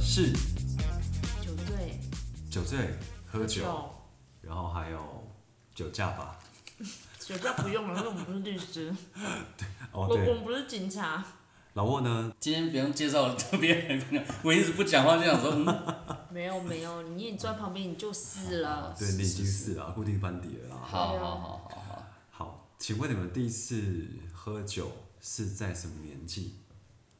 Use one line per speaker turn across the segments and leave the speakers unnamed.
是
酒醉、
酒醉、喝酒，
酒，
然后还有酒驾吧。
酒驾不用了，因为我们不是律师，
哦，
我我
对，
们不是警察。
老沃呢？
今天不用介绍特别来宾了，我一直不讲话就想说， 嗯，
没有没有，你你坐在旁边你就死了。
对，你已经是了，固定班底了啦。
好好好好好，
好，请问你们第一次喝酒是在什么年纪？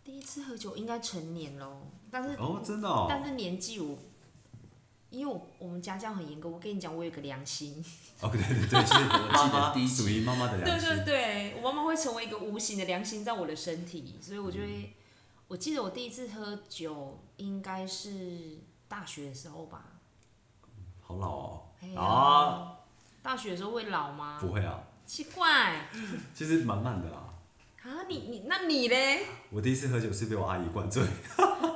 第一次喝酒应该成年喽，但是、
哦，真的
但
哦。
是年纪我，因为我我们家教很严格，我跟你讲，我有个良心。
哦，对对对，就是妈妈
我记得第一集
属于妈妈的
对
良
对
心。
对，我妈妈会成为一个无形的良心在我的身体，所以我就
嗯
会，我记得我第一次喝酒应该是大学的时候吧。
好老哦。
哎
啊，
呀，大学的时候会老吗
不？会啊，
奇怪。
其实蛮慢的啦。
啊，你你那你嘞？
我第一次喝酒是被我阿姨灌醉，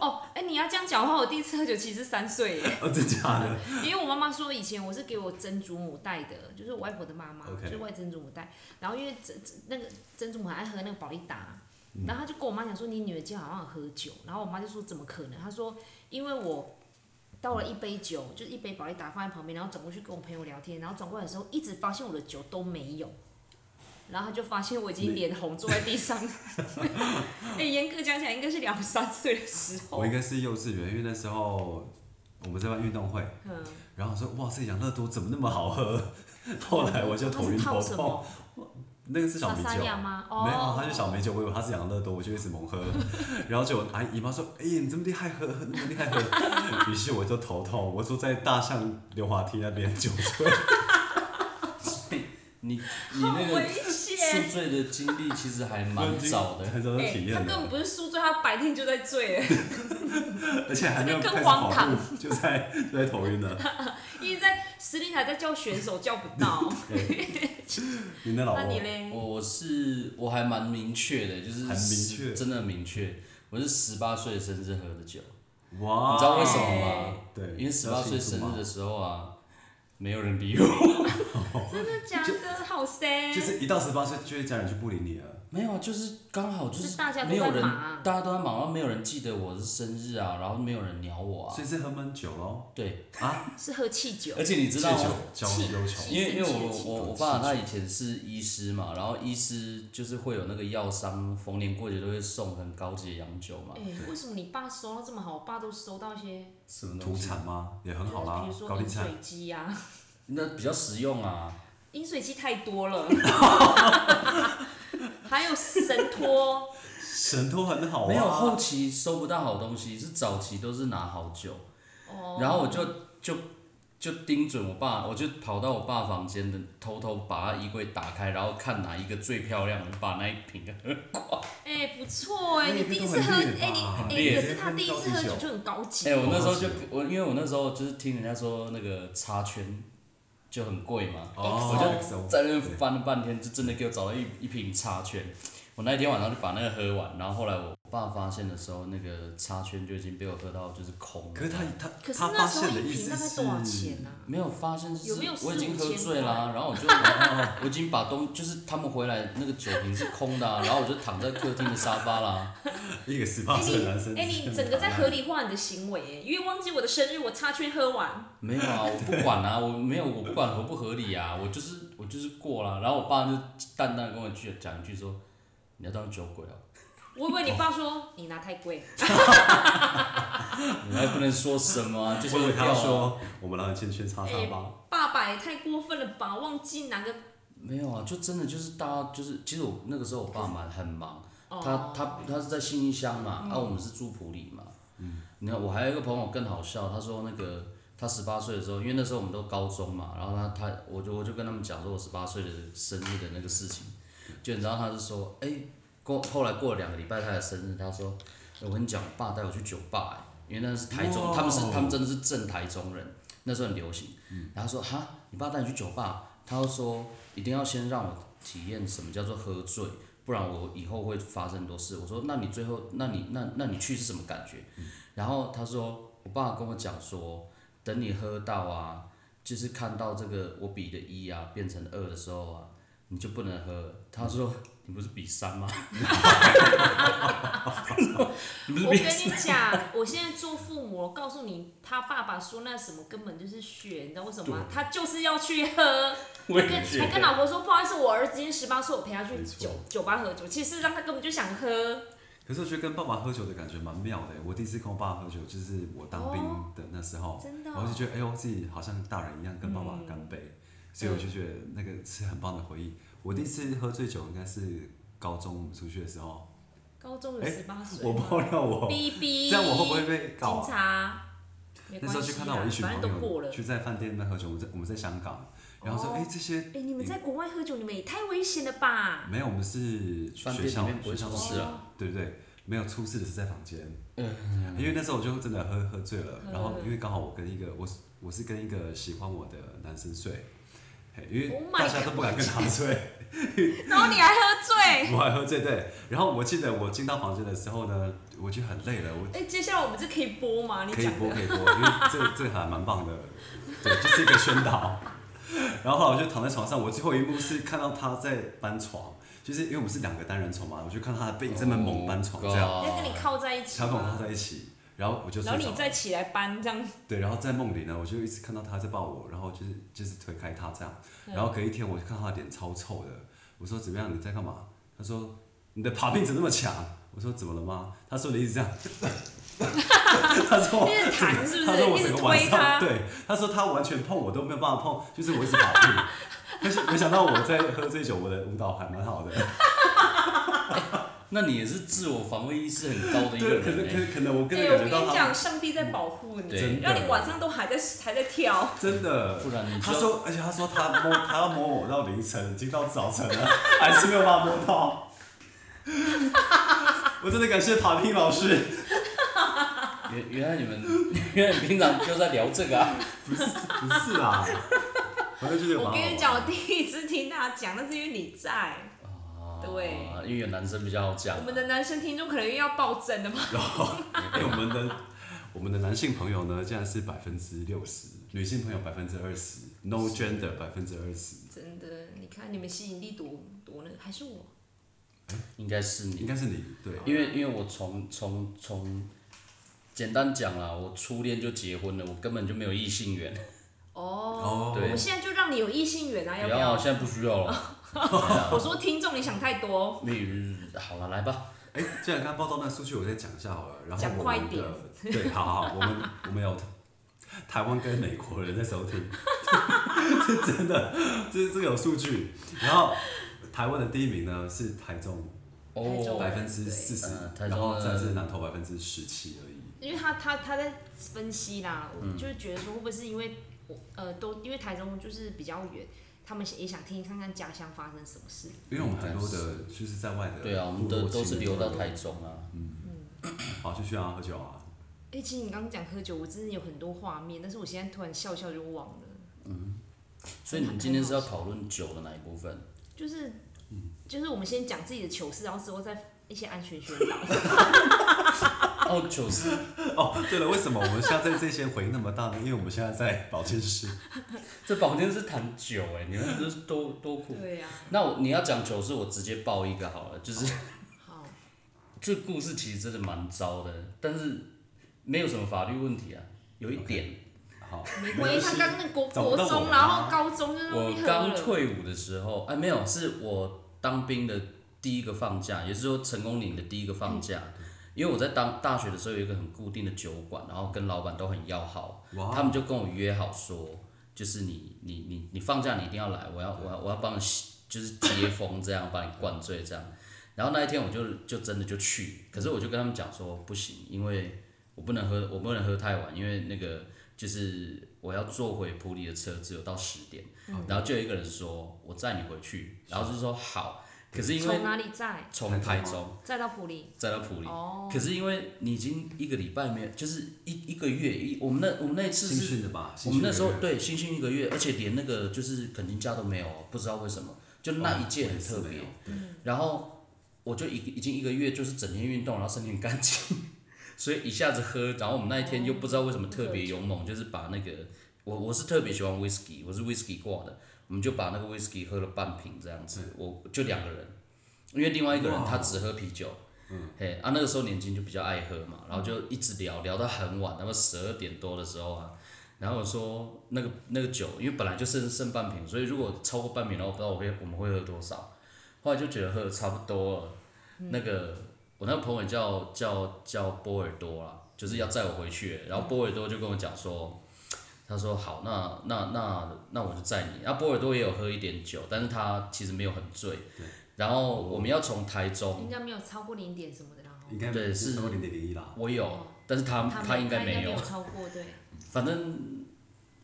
哦，哎、你要这样讲的话，我第一次喝酒其实是三岁耶，
哦，真假的？
因为我妈妈说以前我是给我曾祖母带的，就是我外婆的妈妈
OK
就是外曾祖母带。然后因为曾曾那个曾祖母很爱喝那个宝利达，
嗯
然后她就跟我妈讲说，你女儿今天好像有喝酒。然后我妈就说怎么可能？她说因为我倒了一杯酒，就是一杯宝利达放在旁边，然后转过去跟我朋友聊天，然后转过来的时候一直发现我的酒都没有。然后她就发现我已经脸红，坐在 地上。哎、严格讲起来，应该是两三岁的时候。
我应该是幼稚园，因为那时候我们在办运动会，
嗯，
然后我说哇，这养乐多怎么那么好 喝？后来我就
它
头
是
晕头
靠什
痛
么。？
那个是小
莎
米
莎
酒，
亚吗？哦，
没有，它是小美酒，我以为它是养乐多，我就一直猛 喝，然后就阿姨姨妈说：“哎、你这么厉害喝，那么厉 害喝。”于是我就头痛，我坐在大象溜滑梯那边酒醉，
你你
好
那个
危
宿
险！哎
醉的经历其实还蛮早的，哎
很早就体
他
验
根本
了，
不是宿醉，他白天就在醉了，
而且还没有开
这个更
始跑
荒唐
步，就在就在头晕 了。
一直在司令台在叫选手叫不 到。
你的老
那你
婆
嘞？
我是我还蛮明确的，就是
很明确
真的明确。我是十八岁生日喝的酒，
哇，
你知道为什么
哦
吗？
对，
因为十八岁生日
的
的时候啊，没有人理 我。
真的假的？好 sad。
就是一到十八岁，就会家人就不理你了。
没有啊，就是刚好就是
大家都
没有
在
人
忙，啊
大家都在忙，然后没有人记得我是生日啊，然后没有人鸟我啊
所。以是喝闷酒喽
对，
啊，
是喝汽酒
而，且你知道
借
吗
酒？浇忧
气
愁，
因为因为我
气
我我爸他以前是医师嘛，然后医师就是会有那个药商，逢年过节都会送很高级的洋酒嘛
哎，，为什么你爸收到这么好？我爸都收到一些，
什么
土
东西，
产吗？也很好
就
啦
是比，如
高
说
丽
饮
菜。
水机啊，
那比较实用啊。
饮水机太多 了，还有神托，
神偷很好啊，
没有后期收不到好东西，是早期都是拿好酒，
哦，
然后我就就就盯准我爸，我就跑到我爸房间的，偷偷把他衣柜打开，然后看哪一个最漂亮，我就把那一瓶 喝光。
哎、不错哎、
那
你
一
第
定
一
都
次
很
喝，
烈吧
哎、
很
你哎、
烈
可是他第一次喝酒就很高级。哦
哎、我那时候就
好哦
我因为我那时候就是听人家说那个插圈就很贵嘛，
哦，
XO
在那边翻了半天，就真的给我找到一一瓶茶圈。我那一天晚上就把那个喝完，然后后来我爸发现的时候，那个茶圈就已经被我喝到就是空
可是
了。
他他
可是
他
那
发
时候
现
一
的意
瓶大
思
概
是
多少钱呢、啊？
没有发现是
有没有
我已经喝
四五千
醉啦、然后我就我已经把东就是他们回来那个酒瓶是空的、啊，然后我就躺在客厅的沙发啦。
一个十八
哎、
岁的男哦生，
你哎、你整个在 合理化你的行为、哎，因为忘记我的生日，我插圈喝完，
没有啊，我不管啊，我没有我不管合不合理啊，我就是我就是过啦、然后我爸就淡淡地跟我去讲一句说，你要当酒鬼啊，
我以为你爸说你拿太贵，
你还不能说什么、啊，就是
我以为他
要
要
啊
说我们来圈圈叉叉吧，
爸爸也太过分了吧？忘记拿个
没有啊，就真的就是大家就是，其实我那个时候我爸蛮很忙，
哦
他他他是在信义乡嘛，啊我们是住普里嘛，嗯，你看我还有一个朋友更好笑，他说那个他十八岁的时候，因为那时候我们都高中嘛，然后他他我就我就跟他们讲说我十八岁的生日的那个事情，就你知道他是说，哎、过后来过了两个礼拜他的生日，他说，哎我跟你讲，我爸带我去酒吧、哎因为那是台中，
哇
他们是他们真的是正台中人，那时候很流行，然后他说哈，你爸带你去酒吧，他就说一定要先让我体验什么叫做喝醉，不然我以后会发生很多事。我说那你最后，那你那那你去是什么感觉？然后他说，我爸跟我讲说，等你喝到啊，就是看到这个我比的一啊变成二的时候啊，你就不能喝。他说你不是比三吗？ 你不是
我
比
跟你讲， 我现在做父母，我告诉你，他爸爸说那什么根本就是血，你知道为什么吗？他就是要去喝，
我也
跟
觉
还跟
得。
老婆说不好意思，我儿子今天十八岁，我陪他去
没错
酒酒吧喝酒。其实让他根本就想喝，
可是我觉得跟爸爸喝酒的感觉蛮妙的。我第一次跟我爸喝酒，就是我当兵
哦
的那时候，
真的
然
哦、嗯
后就觉得哎呦自己好像大人一样跟爸爸干杯，所以我就觉得那个是很棒的回忆。我第一次喝醉酒应该是高中我们出去的时候，
高中有
哎
十八岁吗，
我爆料我，
逼 逼，
这样我会不会被告
警
啊？
察？没
那时候就看到我一群
关系啦反正都过
朋
了
友。去在饭店那喝酒，我们在我们在香港，然后说
哦
哎、这些
哎、你们在国外喝酒，你们也太危险了吧？
没有，我们是
饭
学
店里
校
面不
学
会啊
校
出
出
事
事，
了，
对不对？没有出事的是在房间，
嗯，
因为那时候我就真的喝喝醉了，
嗯
然后因为刚好我跟一个我是我是跟一个喜欢我的男生睡，嘿因
Oh
为
my
大家都不敢跟他睡，
然后你还喝醉。
我还喝醉对。然后我记得我进到房间的时候呢，我就很累了，我
哎、接下来我们这可以播吗？你
可以
讲
播
的。
可以播，因为这这还蛮棒的，对，就是一个宣导。 然后后来我就躺在床上，我最后一幕是看到他在搬床，就是因为我们是两个单人床嘛，我就看到他的背影在
哦
那边猛搬床这样，
Oh
要跟你靠在一起
小
吗。
跟我放在一起，然后我就睡
然后
着
你再
了。
起来搬这样。
对，然后在梦里呢，我就一直看到他在抱我，然后就是就是推开他这样，然后隔一天我就看他的脸超臭的，我说怎么样你在干嘛？他说你的爬病怎么那么强？我说怎么了吗？他说你一直这样， 他说我
一直弹是不
他
是？
说我
一直
整个晚
推他
上，。对，他说他完全碰我都没有办法碰，就是我一直打屁。但是没想到我在喝醉酒，我的舞蹈还蛮好的。
那你也是自我防卫意识很高的一个
对，可是
人、欸。
可可能我
对
个人
我
感
跟
觉到
你
他
讲，上帝在保护你，
对
让你晚上都还在还在跳。
真的
不，然你
他
就要
说，而且他说他摸 他要摸我到凌晨，已经到早晨了， 还是没有办法摸到。 我真的感谢塔皮老师，
原原来你们 原来你平常就在聊这个啊，
不是不是啦，反正就是
我
蛮好
跟
玩
你
的
讲，我第一次听他讲，那是因为你在。对
啊因为有男生比较好讲
我，们的男生听众可能又要暴增了吧？
然后，因哎为我们的我们的男性朋友呢，竟然是百分之六十，女性朋友百分之二十，no gender 百分之二十，
真的，你看你们吸引力多多那个，还是我？
应该是你
应该是你对。
因为因为我从从从，简单讲啦，我初恋就结婚了，我根本就没有异性缘。
哦，
哦
我
对
们现在就让你有异性缘啊，要
不
不
要啊，
要？
现在不需要了。
我说听众，你想太多。
没有， 好了，来吧。
哎，既然刚报道那数据，我再讲一下好了。然后
讲
我
快
们
点
的对，好好，我们我们有台湾跟美国人在收听， 是真的，这这个有数据。然后台湾的第一名呢是台中
台中
百
哦，
分之四十
嗯，台中
然后再是南投百分之十七而已。
因为他他他在分析啦，
嗯
我就是觉得说会不会是因为我呃都因为台中就是比较远，他们也想听看看家乡发生什么事。
因为我们很多的就是在外的
对啊，我们
部
都
落
都是
亲
留到
朋友
台中啊。
好，就去啊，喝酒啊。
哎、其实你刚刚讲喝酒，我真的有很多画面，但是我现在突然笑笑就忘了，
所以你们今天是要讨论酒的哪一 部分？
就是、
嗯
就是我们先讲自己的糗事，然后之后再一些安全宣导。
哦，酒是
哦，对了，为什么我们现在在这些回应那么大呢？因为我们现在在保健室。
这房间是谈酒哎、你们这是多多酷。
对呀、
那我你要讲酒是，我直接爆一个好了，就是
好，
这故事其实真的蛮糟的，但是没有什么法律问题啊。有一点
好，
没
没
关
关
系，他
系
刚那国
找不
国
到我
中，
吗
然后高中就在那
啊我
边喝
刚
了。
退伍的时候，哎，没有，是我当兵的第一个放假，也就是说成功领的第一个放假。因为我在当大学的时候有一个很固定的酒馆，然后跟老板都很要好，他
哇，
们就跟我约好说，就是你你你你放假你一定要来，我要我要我要帮你洗就是接风这样，把你灌醉这样。然后那一天我就就真的就去，可是我就跟他们讲说不行，因为我不能喝我不能喝太晚，因为那个就是我要坐回普里的车，只有到十点。然后就有一个人说我载你回去，然后就说好，可是因为
从哪里在？
从台
台中
中
再到普林。
载到普里，
哦，
可是因为你已经一个礼拜没有，就是一一个月一我们那我们那一次
新
是
训的吧？
我
新训
们那
的
时候
乐队
对新训一个月，而且连那个就是肯定假都没有哦，不知道为什么，就那一届很特别。
哦
然后我就已已经一个月就是整天运动，然后身体很干净， 所以一下子喝，然后我们那一天又不知道为什么特别勇猛，就是把那个我我是特别喜欢 whisky，我是 whisky 挂的，我们就把那个 whisky 喝了半瓶这样子，我就两个人，因为另外一个人他只喝啤酒，嗯，嘿，啊那个时候年轻就比较爱喝嘛，然后就一直聊聊到很晚，那么十二点多的时候啊，然后我说那个那个酒，因为本来就剩剩半瓶，所以如果超过半瓶的话，我不知道我会我们会喝多少，后来就觉得喝的差不多了，那个我那个朋友叫叫叫波尔多啦，就是要载我回去，然后波尔多就跟我讲说。他说好，那那那那我就载你。啊，波尔多也有喝一点酒，但是他其实没有很醉。然后我们要从台中，
应该没有超过零点什么的啦。
应该
对是
超过零点零一啦，
我有，但是他
哦他
他应该
没
没有。
超过，对，
反正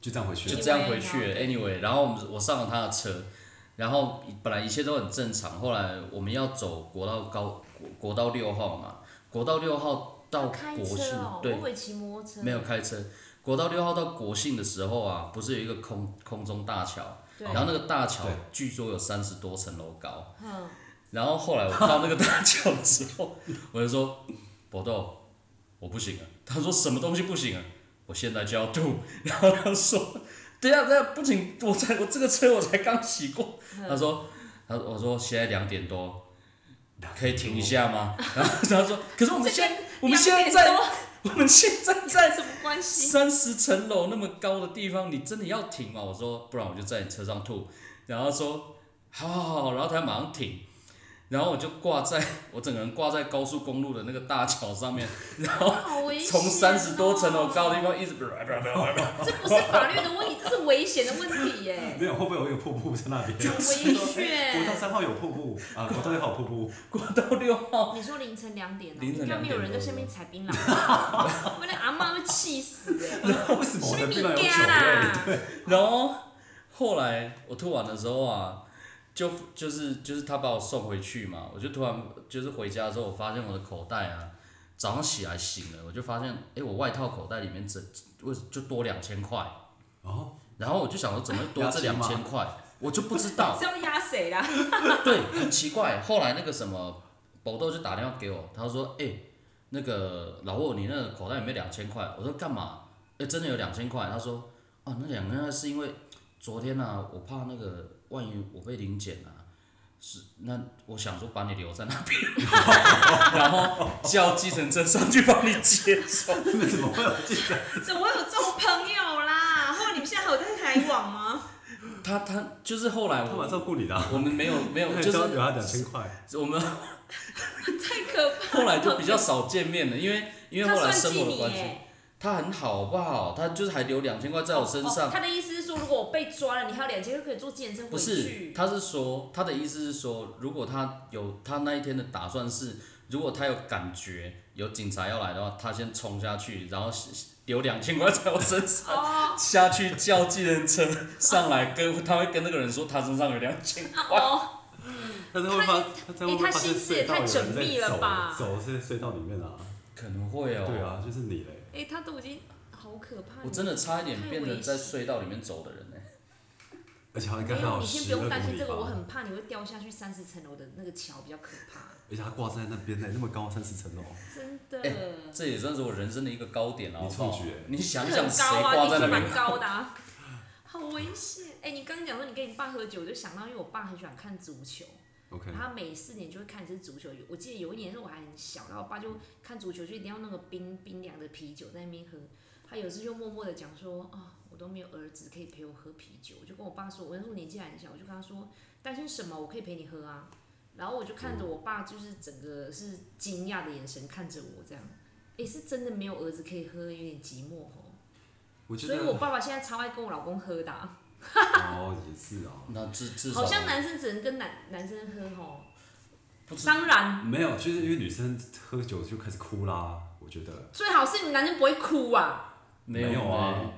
就这样回去
就
了。
这样回去了。Anyway，然后我们我上了他的车，然后本来一切都很正常。后来我们要走国道高国国道六号嘛，国道六号到
开
国
车
庆
哦，我
对
以，为骑摩托车，
没有开车。国道六号到国庆的时候啊，不是有一个空空中大桥？
对，
然后那个大桥
对
据说有三十多层楼高。
嗯，
然后后来我到那个大桥的时候， 我就说：“搏斗，我不行了。”他说：“什么东西不行啊？我现在就要吐。”然后他说：“对啊呀、对呀、不行，我才我这个车我才刚洗过。”他说：“他我说现在两点多，可以停一下吗？”然后他说：“可是我们现在我们现在在我们现在在
什么关系？
三十层楼那么高的地方，你真的要停吗？我说，不然我就在你车上吐。然后他说，好好好好，然后他马上停，然后我就挂在，我整个人挂在高速公路的那个大桥上面，然后
好危险、哦
从三十多层楼高的地，方一直，
这不是法律的问题，这是危险的问题耶，
没有，会不会有一个瀑布在那边？哎
很危险
国。道三号有瀑布 啊，国道六号有瀑布，
挂到六号，
你说凌晨两点哦、
凌晨
应该
两
没
点
有人在下面踩槟榔 吧，我那阿妈会气死哎、
为什么我
欸，
的槟
是不啊
榔有酒
是你家
味？
啦？
然后后来我吐完的时候啊，就就是就是他把我送回去嘛，我就突然就是回家之后，我发现我的口袋啊，早上起来醒了，我就发现，哎，我外套口袋里面整为就多两千块，
哦，
然后我就想说怎么会多这
压
两
惊
千块，我就不知道
是，要压谁啦？
对，很奇怪。后来那个什么，宝豆就打电话给我，他说：“哎、那个老沃，你那个口袋里面两千块。”我说：“干嘛？”哎、真的有两千块。他说：“哦，那两千块是因为昨天啊，我怕那个万一我被零检啊，是那我想说把你留在那边， 然后叫计程车上去帮你接走。
你们怎么会有这个？
怎么会有这种朋友啦？后来你们现在还有在台网 吗？
他”他就是后来
他晚
我
上雇你的啊，
我们没有 没有就
交给
是
他两千块，
我们
太可怕了！
后来就比较少见面了，因为因为
他
后来
算
生
计
活的
你
关系。
耶。
他很好，好不好？他就是还留两千块在我身
哦
上，
他的意思是说，如果我被抓了，你还有两千就可以做健身
不
回
是
去？。
他是说他的意思是说，如果他有他那一天的打算是，如果他有感觉有警察要来的话，他先冲下去，然后留两千块在我身上，
哦
下去叫计程车上来跟他会跟那个人说他身上有两千块，
哦，
但是会发，他会
欸
发
他
现
心思也
隧道有
太缜
人在
密了
走
吧
走在隧道里面啊，
可能会哦、
对啊，就是你嘞。
哎，他都已经好可怕。
我
你
真的差一点变
太
成
危
在
险
隧道里面走的人呢、
而且好像刚
没有，
好
你
十
先
二
不用担
公
心
里
这个，我
吧，
很怕你会掉下去三十层楼的那个桥，比较可怕，
而且他挂在那边呢，那么高三十层楼，
真的。
这也算是我人生的一个高点了，好
你
不好
错觉
你想
很
想谁
高啊，
挂在那
你
边
蛮高的、啊，好危险。哎、你刚刚讲说你跟你爸喝酒，我就想到，因为我爸很喜欢看足球，
OK，
嗯
然后他每四年就会看一次足球。我记得有一年是我还很小，然后我爸就看足球，就一定要那个冰冰凉的啤酒在那边喝。他有一次就默默的讲说啊，我都没有儿子可以陪我喝啤酒，我就跟我爸说，我那时候年纪还很小，我就跟他说，担心什么，我可以陪你喝啊。然后我就
嗯
看着我爸，就是整个是惊讶的眼神看着我，这样，哎，是真的没有儿子可以喝，有点寂寞哦。
我觉
所
得
以我爸爸现在超爱跟我老公喝的啊、
哦也是哦，
那至至少
好像男生只能跟男男生喝哦。
不知
当然，
没有，就是因为女生喝酒就开始哭啦，我觉得
最好是你们男生不会哭啊，
没
有啊
呢，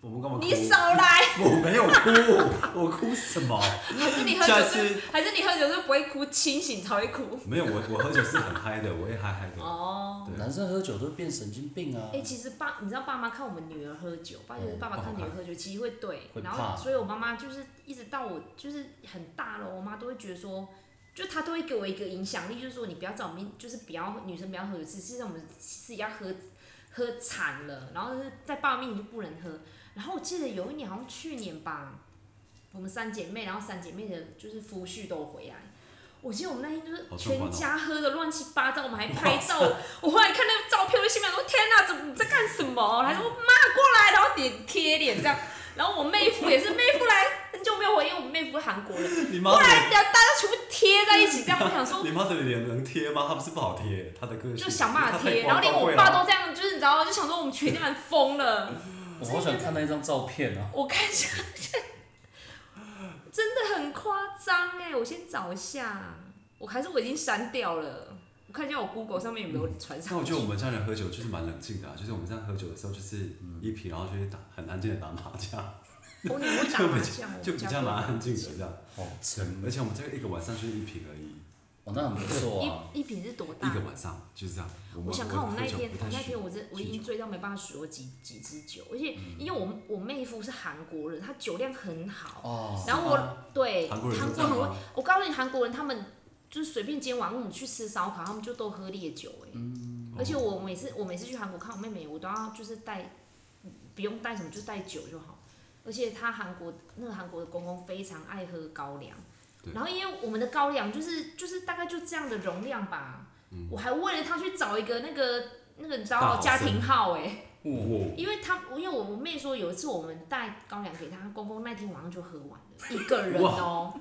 我们干嘛哭？
你少 来。
我没有哭，我哭什么？
还是你喝酒
下
就
次
还是你喝酒就不会哭，清醒才会哭。
没有我，我喝酒是很嗨的，我也嗨嗨的。
哦，
对
男生喝酒都变神经病啊
哎、。其实爸，你知道爸妈看我们女儿喝酒，爸就是
嗯
爸爸看
不
女
好
儿喝酒，其实会对，
会
然
怕
后所以我妈妈就是一直到我就是很大了，我妈都会觉得说。就她都会给我一个影响力，就是说你不要在我面，就是不要女生不要喝酒，只是我们自己要喝喝惨了，然后就是在爸爸面前就不能喝。然后我记得有一年好像去年吧，我我们三姐妹，然后三姐妹的就是夫婿都回来。我记得我们那天就是
好壮观哦
全家喝的乱七八糟，我们还拍照。 我后来看那个照片，我就心里想说：“天哪、怎么你在干什么？”还说：“妈，过来！”然后脸贴脸这样。然后我妹夫也是，妹夫来很久没有回，因为我们妹夫是韩国人，
你妈
后
的
来大家全部贴在一起这样。我想 说，
你妈的脸能贴吗？她不是不好贴，她的个性
就想办法
她太
贴，
光
然后连
光
我
会
爸
了
都这样，就是你知道吗？就想说我们全家人疯了。
我好想看那一张照片啊！
我看一下， 真的很夸张哎！我先找一下，我还是我已经删掉了。我看一下我 Google 上面有没有传
那
上
我觉
去
得。我们家人喝酒就是蛮冷静的、啊，就是我们这样喝酒的时候，就是一瓶，然后就是打很安静的打麻将，
哦，你会打
就
麻
比
将？我
就比较蛮安静的这样。
好沉
而且我们这个一个晚上就是一瓶而已，
哦，那很不错啊。
一一瓶是多大
一？个晚上就是这样。我们
我想看我们那一天，
喝酒不嗯
我
太
那天
酗
我真我已经醉到没办法数我几几支酒，而且因为我我妹夫是韩国人，他酒量很好，
哦，
然后我对
韩
韩
国
国
人
人
都这样
很会
吗？
我告诉你，韩国人他们就是随便今天晚上我们去吃烧烤，他们就都喝烈酒哎、
嗯
而且我每次我每次去韩国看我妹妹，我都要就是带，不用带什么，就带酒就好。而且她韩国那个韩国的公公非常爱喝高粱，
对
然后因为我们的高粱就是就是大概就这样的容量吧，我还为了他去找一个那个那个你知道
嗯大
吗
好
家
生
庭号哎、
哦
我
因为他因为我妹说有一次我们带高粱给她，她公公那天晚上就喝完了，一个人哦、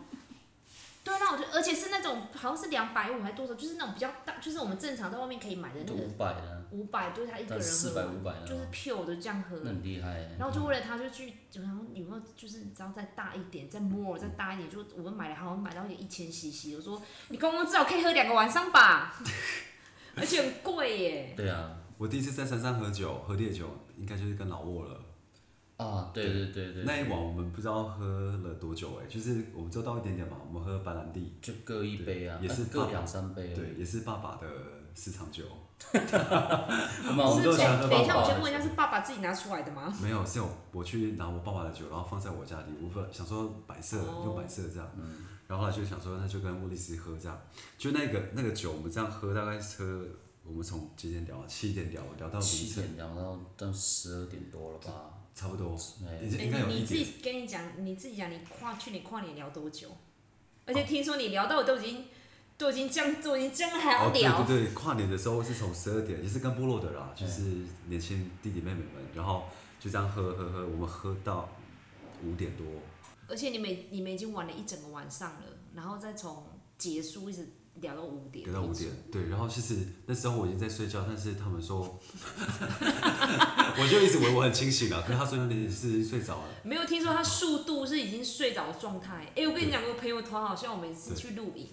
对，啊那我就而且是那种好像是两百五还多少，就是那种比较大，就是我们正常在外面可以买的那
都
个
五百了，
五百，就是他一个
但
人
四
喝
百
完，
五百了，
就是 pure 的这样喝。
那很厉害欸。
然后就为了他就去，然后有没有就是你知道再大一点，再 more 再大一点，就我们买了好像买到一千 CC，我说你公公至少可以喝两个晚上吧，而且很贵耶。
对啊，
我第一次在山上喝酒，喝烈酒，应该就是跟老沃了。
啊，对对对对，
那一晚我们不知道喝了多久哎、就是我们就到一点点嘛，我们喝白兰地，
就各一杯啊，
也是
哎各两三杯。
对，，也是爸爸的市场酒，
哦我们好
我
是
像
们都喜欢喝
等等
爸
一下，
爸
我
的
先问一下，是爸爸自己拿出来的吗？
没有是我我去拿我爸爸的酒，然后放在我家里，我本想说白色
哦
用白色这样，然后后来就想说那就跟莫里斯喝这样，就那个那个酒我们这样喝大概喝，我们从几点聊啊？七点聊聊到凌
七
晨，
点聊到到十二点多了吧？
差不多，
哎，
已经应该
哎
有
你
一
你自
点。
己跟你讲，你自己讲，你跨去年跨年聊多久？
哦
而且听说你聊到我都已经都已经这样，都已经这样还要
哦，对
聊。
对对，跨年的时候是从十二点，也是跟部落的啦，就是年轻弟弟妹妹们，然后就这样喝喝喝，我们喝到五点多，
而且你们你们已经玩了一整个晚上了，然后再从结束一直聊到五点。
聊到五点。对，然后其实那时候我已经在睡觉，但是他们说， 我就一直以为我很清醒啊了，可是他说你是睡着了。
没有听说他速度是已经睡着的状态。哎、我跟你讲，我朋友团好像我们是去露营，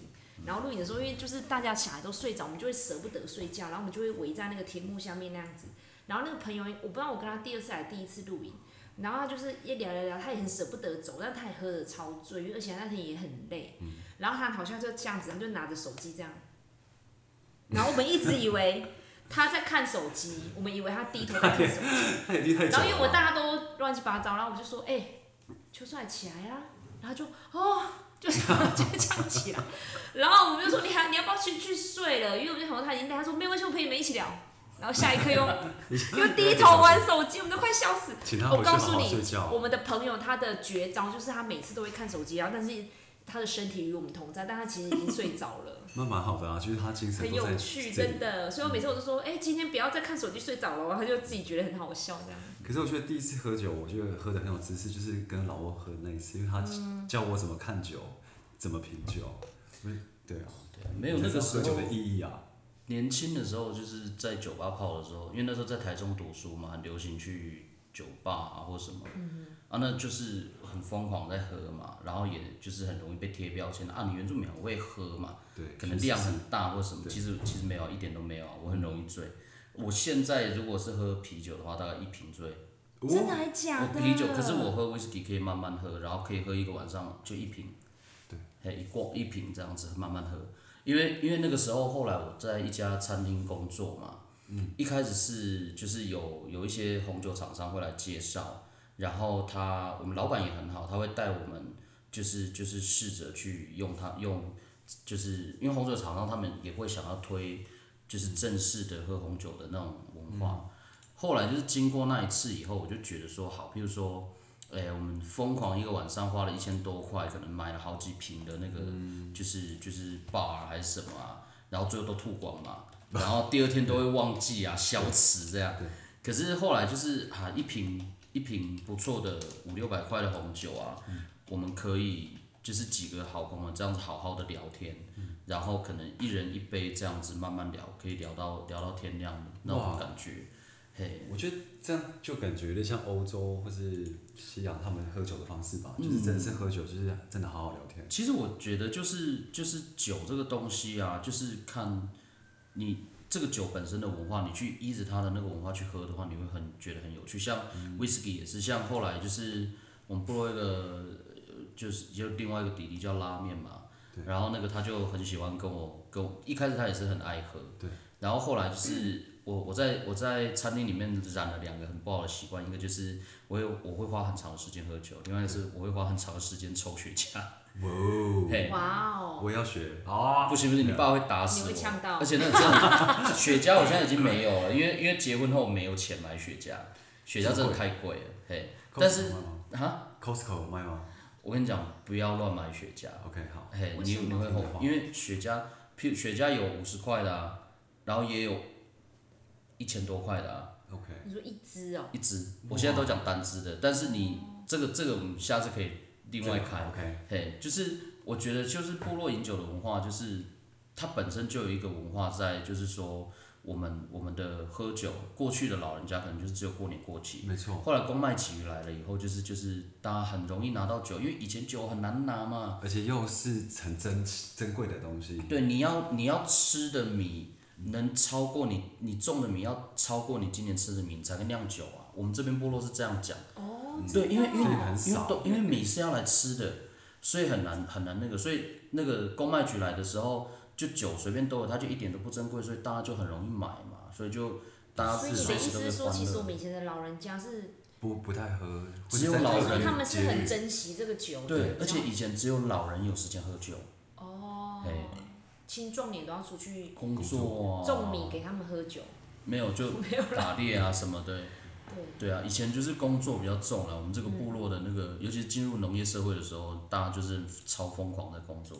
然后露营的时候，因为就是大家小孩都睡着，我们就会舍不得睡觉，然后我们就会围在那个天幕下面那样子。然后那个朋友，我不知道我跟他第二次来第一次露营，然后他就是一聊聊聊，他也很舍不得走，但他也喝的超醉，因为而且那天也很累。然后他好像就这样子，他就拿着手机这样，然后我们一直以为他在看手机，我们以为他低头在看手机。
那也厉害久
然后因为我
了 吧。
大家都乱七八糟，然后我就说，哎、秋帅起来啦、然后就哦， 就就这样起来，然后我们就说你还你要不要去去睡了？因为我们就想说他已经累，他说没有关系，我陪你们一起聊。然后下一 刻又又低头玩手机，我们都快笑死。
请他回
我
去
告
好
诉
好
你
睡觉。
我们的朋友他的绝招就是他每次都会看手机，然后但是他的身体与我们同在，但他其实已经睡着 了。
那蛮好的啊，就是他精神
很
都在
有趣，
这里
真的，所以我每次我都说，哎、今天不要再看手机睡着了，然后他就自己觉得很好笑这样。
可是我觉得第一次喝酒，我觉得喝的很有知识，就是跟老沃喝的那一次，因为他
嗯
教我怎么看酒，怎么品酒。我就对啊，
对没有那个时
喝酒
候
的意义啊。
年轻的时候就是在酒吧泡的时候，因为那时候在台中读书嘛，很流行去酒吧啊或什么，啊，那就是很疯狂在喝嘛，然后也就是很容易被贴标签啊，你原住民很会喝嘛，
对，
可能
确实
量很大或什么，
对
其实其实没有，一点都没有啊，我很容易醉。我现在如果是喝啤酒的话，大概一瓶醉。
真的
哦
还假的？
我哦啤酒，可是我喝威士忌可以慢慢喝，然后可以喝一个晚上就一瓶，
对，
还一罐一瓶这样子慢慢喝。因为因为那个时候后来我在一家餐厅工作嘛，嗯，一开始是就是有有一些红酒厂商会来介绍，然后他我们老板也很好，他会带我们就是就是试着去用它用，就是因为红酒厂商他们也会想要推就是正式的喝红酒的那种文化。后来就是经过那一次以后，我就觉得说好，譬如说，哎、哎、我们疯狂一个晚上花了一千多块，可能买了好几瓶的那个，就是就是 bar 还是什么啊，然后最后都吐光嘛，然后第二天都会忘记啊，消磁这样。可是后来就是啊，一瓶一瓶不错的五六百块的红酒啊，我们可以就是几个好朋友这样子好好的聊天，然后可能一人一杯这样子慢慢聊，可以聊到聊到天亮的那种
哇
感觉。嘿，
我觉得这样就感觉有点像欧洲或是西洋他们喝酒的方式
嗯
吧，就是真的是喝酒，就是真的好好聊天。
其实我觉得就是就是酒这个东西啊，就是看你这个酒本身的文化，你去依着它的那个文化去喝的话，你会很觉得很有趣。像 whisky 也是，像后来就是我们部落一个呃就是就另外一个弟弟叫拉面嘛，然后那个他就很喜欢跟我跟我，一开始他也是很爱喝，
对，
然后后来就是。我我在我在餐厅里面染了两个很不好的习惯，一个就是我有我会花很长的时间喝酒，另外一个是我会花很长的时间抽雪茄。
哇哦，
嘿，
哇哦，
我也要学啊！
不行不行，你爸会打
你
死
会
我。
呛到
而，且那个真的， 雪茄我现在已经没有了，因为因为结婚后没有钱买雪茄，雪茄真的太贵了。嘿，但是啊
，Costco 有卖吗
我跟你讲，不要乱买雪茄。
？OK，好，
嘿，
为
你
什么
你会
听
后
你的话
悔，因为雪茄，譬如雪茄有五十块的啊，然后也有一千多块的啊，
，OK，
你说一只哦，
一支。我现在都讲单支的，但是你这个这个我们下次可以另外开。
，OK，
嘿，就是我觉得就是部落饮酒的文化，就是它本身就有一个文化在，就是说我们我们的喝酒，过去的老人家可能就是只有过年过节。
没错，
后来公卖起来了以后，就是就是大家很容易拿到酒，因为以前酒很难拿嘛。
啊而且又是很珍珍贵的东西，
对，你要你要吃的米能超过你你种的米要超过你今年吃的米，你才能酿酒啊。我们这边部落是这样讲。
哦，
对，因为因
所
为
以很
因为
少
都因为米是要来吃的，所以很难很难那个，所以那个公卖局来的时候，就酒随便都有，它就一点都不珍贵，所以大家就很容易买嘛，所以就大啊家
所以
自
你的意
随时都
思是
会
说，其
欢
实我
乐。
们以前的老人家是，
不不太喝，
只有
或者在
老
就是
人
说
节日
他们是很
节日
珍惜这个酒的，
对，
你知
而
道
且
吗
以前只有老人有时间喝酒，
哦
嘿，
青壮年都要出去
工作啊，
种米给他们喝酒，
没有就
没有啦，
打猎啊什么的。
对，
对啊，以前就是工作比较重了，我们这个部落的那个，尤其是进入农业社会的时候，大家就是超疯狂的工作。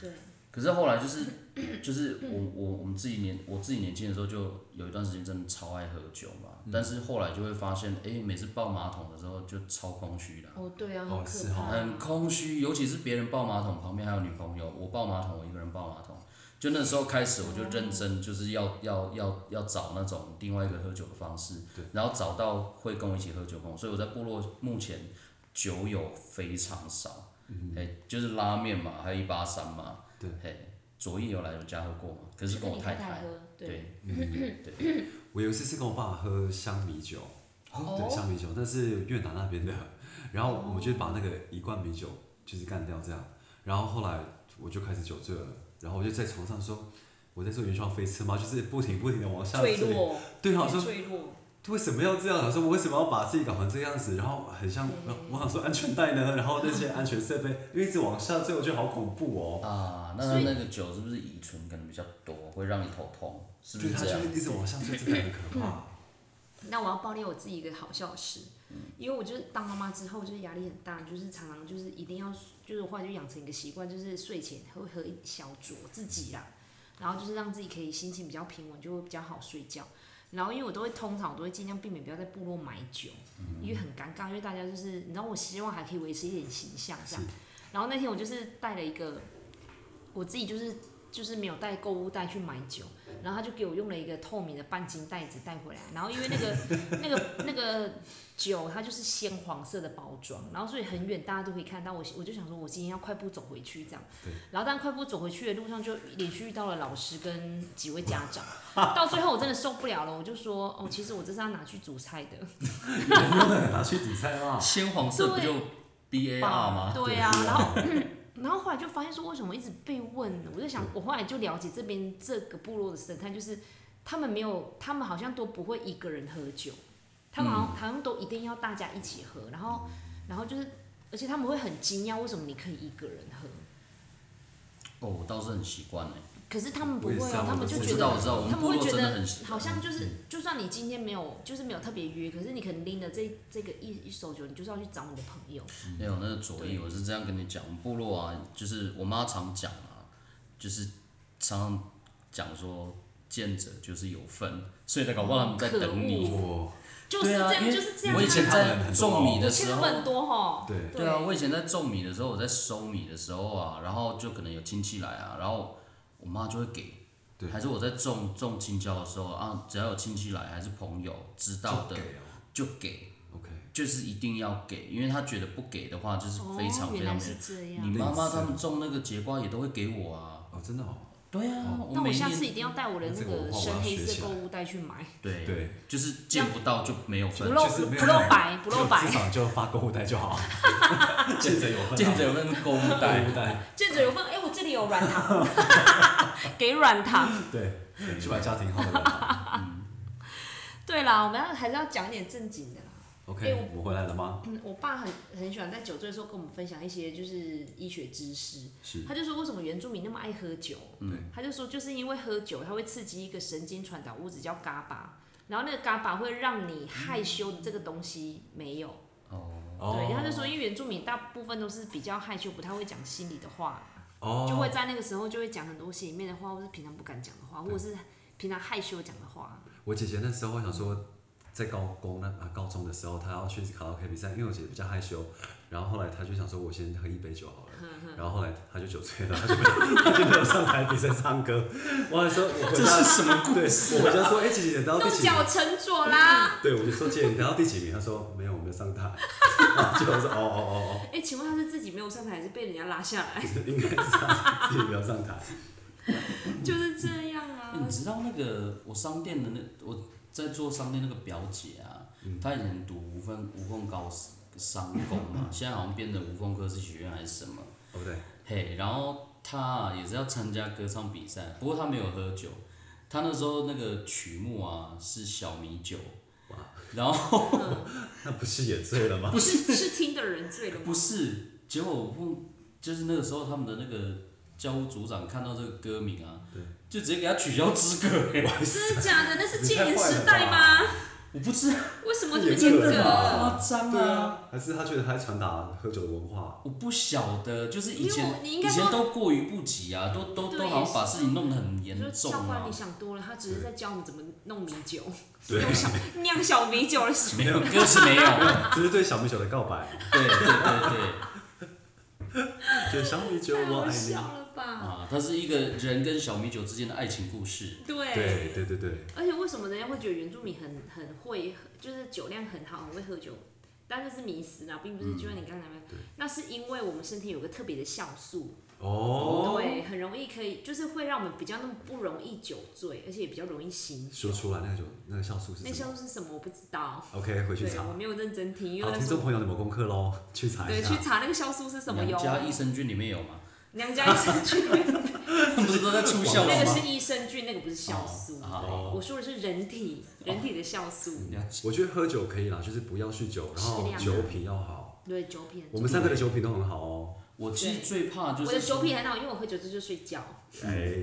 对，
可是后来就是 就是我我我们自己年我自己年轻的时候就有一段时间真的超爱喝酒嘛，但是后来就会发现，哎、每次抱马桶的时候就超空虚的，
哦对啊，
哦
很
是
可
哦
怕，
很空虚，尤其是别人抱马桶旁边还有女朋友，我抱马桶我一个人抱马桶，就那时候开始我就认
嗯
真就是要要要要找那种另外一个喝酒的方式
对，
然后找到会跟我一起喝酒的朋友，所以我在部落目前酒友非常少，哎、就是拉面嘛，还有一八三嘛。
嗯对，
嘿，左翼有来我家喝过嘛，可是跟我
你
太
太
太，
喝，对，
对，
我有一次是跟我爸喝香米酒，
哦
对香米酒，但是越南那边的，然后我就把那个一罐米酒就是干掉这样，然后后来我就开始酒醉了，然后我就在床上说我在做云霄飞车嘛，就是不停不停的往下
坠
坠，
落，
对，然后我说
坠落，
为什么要这样？我说我为什么要把自己搞成这样子？然后很像我想说安全带呢，然后那些安全设备因为一直往下坠，我觉得好恐怖哦，
啊，那
所
他
以
那个酒是不是乙醇可能比较多，会让你头痛，是不
对，
是
它
这
就
样？
是一直往下坠，真的很可 怕。
那我要爆料我自己一个好笑事，因为我就是当妈妈之后就是压力很大，就是常常就是一定要，就是我后来就养成一个习惯，就是睡前会喝一小酌自己啦，然后就是让自己可以心情比较平稳，就会比较好睡觉。然后因为我都会通常我都会尽量避免不要在部落买酒，因为很尴尬，因为大家就是你知道我希望还可以维持一点形象这样。然后那天我就是带了一个，我自己就是就是没有带购物袋去买酒，然后他就给我用了一个透明的半金袋子带回来，然后因为那个 那个那个酒它就是鲜黄色的包装，然后所以很远大家都可以看到我，我就想说我今天要快步走回去这样
对，
然后但快步走回去的路上就连续遇到了老师跟几位家长，到最后我真的受不了了，我就说哦，其实我这是要拿去煮菜的，
拿去比赛啊啦，
鲜黄色不就 B A R 吗？
对啊，然后。然后后来就发现说，为什么一直被问？我就想，我后来就了解这边这个部落的生态，就是他们没有，他们好像都不会一个人喝酒，他们好
嗯
像、好像都一定要大家一起喝，然后然后就是，而且他们会很惊讶，为什么你可以一个人喝？
哦，我倒是很习惯哎，
可是他们不会
我也是
哦
啊，
他
我
们
都
就是觉
这样
得
我知道我们
他们
部
会
落
觉
真的
得
很喜
好像
嗯
就是，就算你今天没有，就是没有特别约，可是你可能拎了这这个一一手酒，你就是要去找你的朋友。
没有那个左翼，我是这样跟你讲，我们部落啊，就是我妈常讲啊，就是常常讲说见者就是有份，所以才搞不好他们在等你。
我
就是
对
这
啊
样，
因为
就是这样啊。
我以前
他们
在
很多
种米
哦
的
欠
时
他
候
们，很多哈。
对
对啊，我以前在种米的时候，我在收米的时候啊，然后就可能有亲戚来啊，然后我妈就会给。
对
还是我在种种青椒的时候啊，只要有亲戚来还是朋友知道
就
的
给哦
就给，
，OK，
就是一定要给，因为她觉得不给的话就是非常
哦，
非
原
常
来
没
是
有。
这样。
你妈妈他们种那个节瓜也都会给我啊。
哦，真的哦，
对啊，我
那
每
我下
年
次一定要带我的那
这个
个
文化我
深
要
黑
学
色
起
购
来
物袋去买，
对，
对，
就是见不到就没有
不
分，
露
就是没有
不露
人
白，不露
就至
白，
少就发购物袋就 好，见者有份啊，
见者有份购物袋
购物。袋，
见者有份。哎，我这里有软糖， 给软糖。
对，去买家庭号的吧
对啦，我们要还是要讲一点正经的啦。 哎
，OK，我回来了吗？
嗯，我爸很很喜欢在酒醉的时候跟我们分享一些就是医学知识。
是，嗯
他就说为什么原住民那么爱喝酒？
对，
他就说就是因为喝酒，它会刺激一个神经传导物质叫嘎巴，然后那个嘎巴会让你害羞的这个东西没有。
哦
哦
对，他就说因为原住民大部分都是比较害羞，不太会讲心里的话，
哦，
就会在那个时候就会讲很多心里面的话，或是平常不敢讲的
嗯
话，或者是平常害羞讲的话。
我姐姐那时候我想说，在高中那啊高中的时候，她要去卡拉 OK 比赛，因为我姐姐比较害羞，然后后来她就想说，我先喝一杯酒好了，然后后来她就酒醉了，她就没有她就没有上台比赛唱歌。我还说，我回
这
家
是什么故
对，
事？啊
我回家说，哎、姐姐你得到
弄
第几名？
巧成拙啦！
对，我就说姐姐你得到第几名？她说没有，我没有上台。 结果我说哦哦哦
哎、请问他是自己没有上台，还是被人家拉下来？
哦，应该是这样，自己没有上台。
就是这样啊
欸。你知道那个我商店的那我在做商店那个表姐啊，她以前读无缝无缝高商工嘛，现在好像变成无缝科技学院还是什么，
哦对，
嘿，然后她啊也是要参加歌唱比赛，不过她没有喝酒，她那时候那个曲目啊是小米酒，然后
那不是也醉了吗？
不是是听的人醉了吗？
不是，结果我碰，就是那个时候他们的那个教务组长看到这个歌名啊，
对，
就直接给他取消资格、 欸。
真的假的？那是
你
戒
太
严
坏
时
了
代
吧
吗？
我不知道，
为什么这么
也
严
这个
格
吧？
夸张
对
啊！
啊，还是她觉得她在传达喝酒的文化。
我不晓得，就是以
因为
前
我你应
以
该说
前都过于不及啊，都都
对
都好像把事情弄得很严
就是
重
教官，
啊
你。想多了，他只是在教我们怎么弄米酒，
对，
弄小酿小米酒的时
没有，就是没有。
这是对小米酒的告白。
对对对对，
就小米酒
候，太
我
好
爱你
笑。了吧？
啊，它是一个人跟小米酒之间的爱情故事。
对。
对对对对，
而且为什么人家会觉得原住民很很会，就是酒量很好，很会喝酒？但那是迷思啦，并不是就像你刚才那样，
对
那是因为我们身体有个特别的酵素，
哦，
对，很容易可以，就是会让我们比较那么不容易酒醉，而且也比较容易醒酒
说。出来那个酒那个酵素
那
是什
酵
么
素是什么？我不知道，
？OK，回去
对
查
我。没有认真听，因
好，
为那
听
时
众
候
朋友，你们有功课喽，去查一
对去
下。
查那个酵素是什么
娘家
哟。
啊益生菌里面有吗？
娘家益生 菌，
不是都在促销
那
了
个
吗
是？益生菌，那个不是酵素。
哦
啊，
我说的是人体，人体的酵素。
了解
我觉得喝酒可以啦，就是不要酗酒，然
适
后
量啊
酒品要好。
对，酒品很
哦
重要。
我们三个的酒品都很好哦。
我其实最怕就是
我的酒品很好，因为我喝酒醉就睡觉。
哎，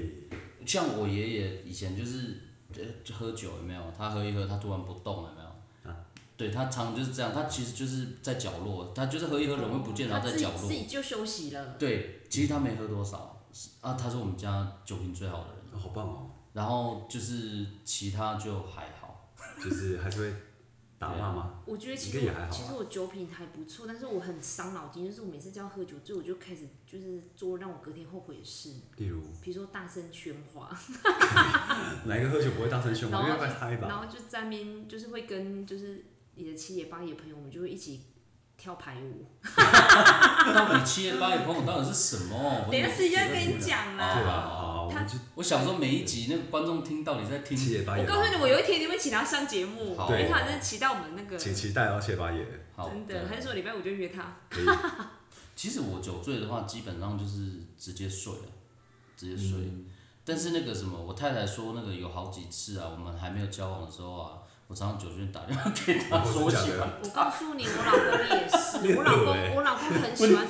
像我爷爷以前就是呃就喝酒有没有？他喝一喝，他突然不动了有没有？对他常常就是这样，他其实就是在角落，他就是喝一喝人会不见，然
他
后在
自己
角
自
落。
己就休息了。
对，其实他没喝多少是啊，他是我们家酒品最好的人。
哦好棒哦，
然后就是其他就还好，
就是还是会打骂吗？
我觉得其实
应该也还好啊
我其实我酒品还不错，但是我很伤脑筋，就是我每次只要喝酒醉，我就开始就是做让我隔天后悔的事，
例如
比如说大声喧 哗，
哪一个喝酒不会大声凶
然
啊？
后
因为会嗨
然
吧。
后就在那边就是会跟就是你的七爷八爷朋友，我们就会一起跳排舞。
到底七爷八爷朋友到底是什么？我
等一下
也
自己
觉
再
得
跟你讲
对
啦。
吧？好，我们就
我想说每一集那个观众听到底在听
七爷八
我
爷
告
啊吧
诉，你，我有一天一定会请他上节目，
好
因为他
对
真的期待我们那个，
请期待哦，七爷八爷。
好
真的，他就说礼拜五就约他。
可以，
其实我酒醉的话，基本上就是直接睡了，直接睡。
嗯
但是那个什么，我太太说那个有好几次啊，我们还没有交往的时候啊，我常常酒醉打电话给她
哦
说我
真的假
喜
的
欢。
我告诉你，我老公也是，我老
你很恶欸
公我老公很喜欢，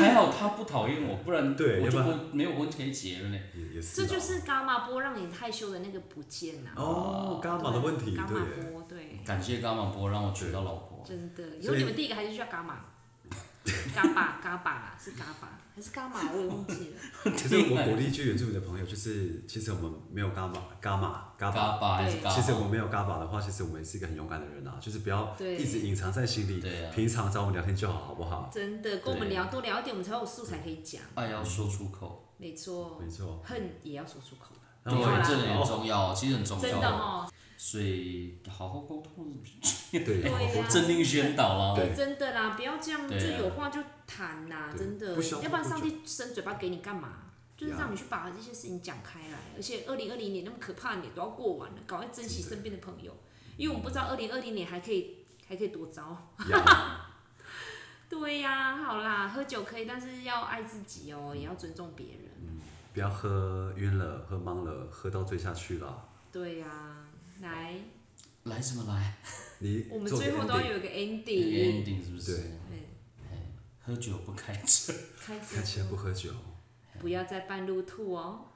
还好他不讨厌我，不然
对
我就
要不
不没有婚可以结了呢。
也也是哦
这
啦。
就是伽马波让你害羞的那个不见呐、
哦，伽马的问题，
伽
对
马
耶，
波对，
感谢伽马波让我娶到老婆，
真的，以
所
后
以
你们第一个孩子就叫伽马，伽马伽马啦，是伽马还是伽马？我也忘 记了。
其实我们国立剧原住民的朋友，就是其实我们没有伽马伽马伽
嘎
马，
巴还是
对
嘎巴？
其实我们没有伽马的话，其实我们也是一个很勇敢的人啊，就是不要
对
一直隐藏在心里
对啊，
平常找我们聊天就好，好不好？
真的，跟我们聊多聊一点，我们才有素材可以讲。
爱要说出口，
没错
没，错。
恨也要说出口，
然后
对啊
我
这
就
个很重要，其实很重
真的
要，
哦，
所以好好沟通，
对
对啊呀、
真定宣导啊啦。
对
对，哦真的啦，不要这样，就
对啊
有话就谈啦，
对
真的，
不需要
要不然
拖
上
多
帝伸嘴巴给你干嘛？就是
呀
让你去把这些事情讲开来，而且二零二零年那么可怕的年都要过完了，赶快珍惜身边的朋友，因为我们不知道二零二零年还可以还可以多糟。啊
呀，
对呀、好啦，喝酒可以，但是要爱自己哦，也要尊重别人。
不要喝晕了，喝懵了，喝到醉下去了。
对呀、来，
来什么来
你
我们
做个
最后都要
ending
有一个 ending，
？ending 是不是
对？
对，
哎喝酒不开车，
开
开
始
车不喝酒，
不要在半路吐哦。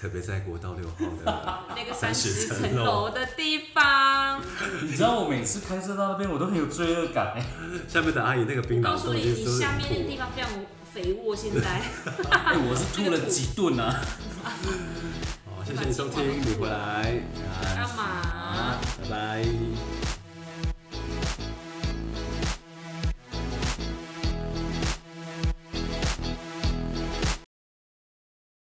特别在国道六号的
那个
三
三十
十层
层楼
楼
的地方，
你知道我每次开车到那边，我都很有罪恶感哎。
下面的阿姨那个槟
我
榔
告诉
都
你，
已经
你
都是
下面那个
吐
地
了。
方非常肥沃，现在
哎，我是吐了几顿啊！
好，谢谢你收听，你回来，
干嘛？
拜拜。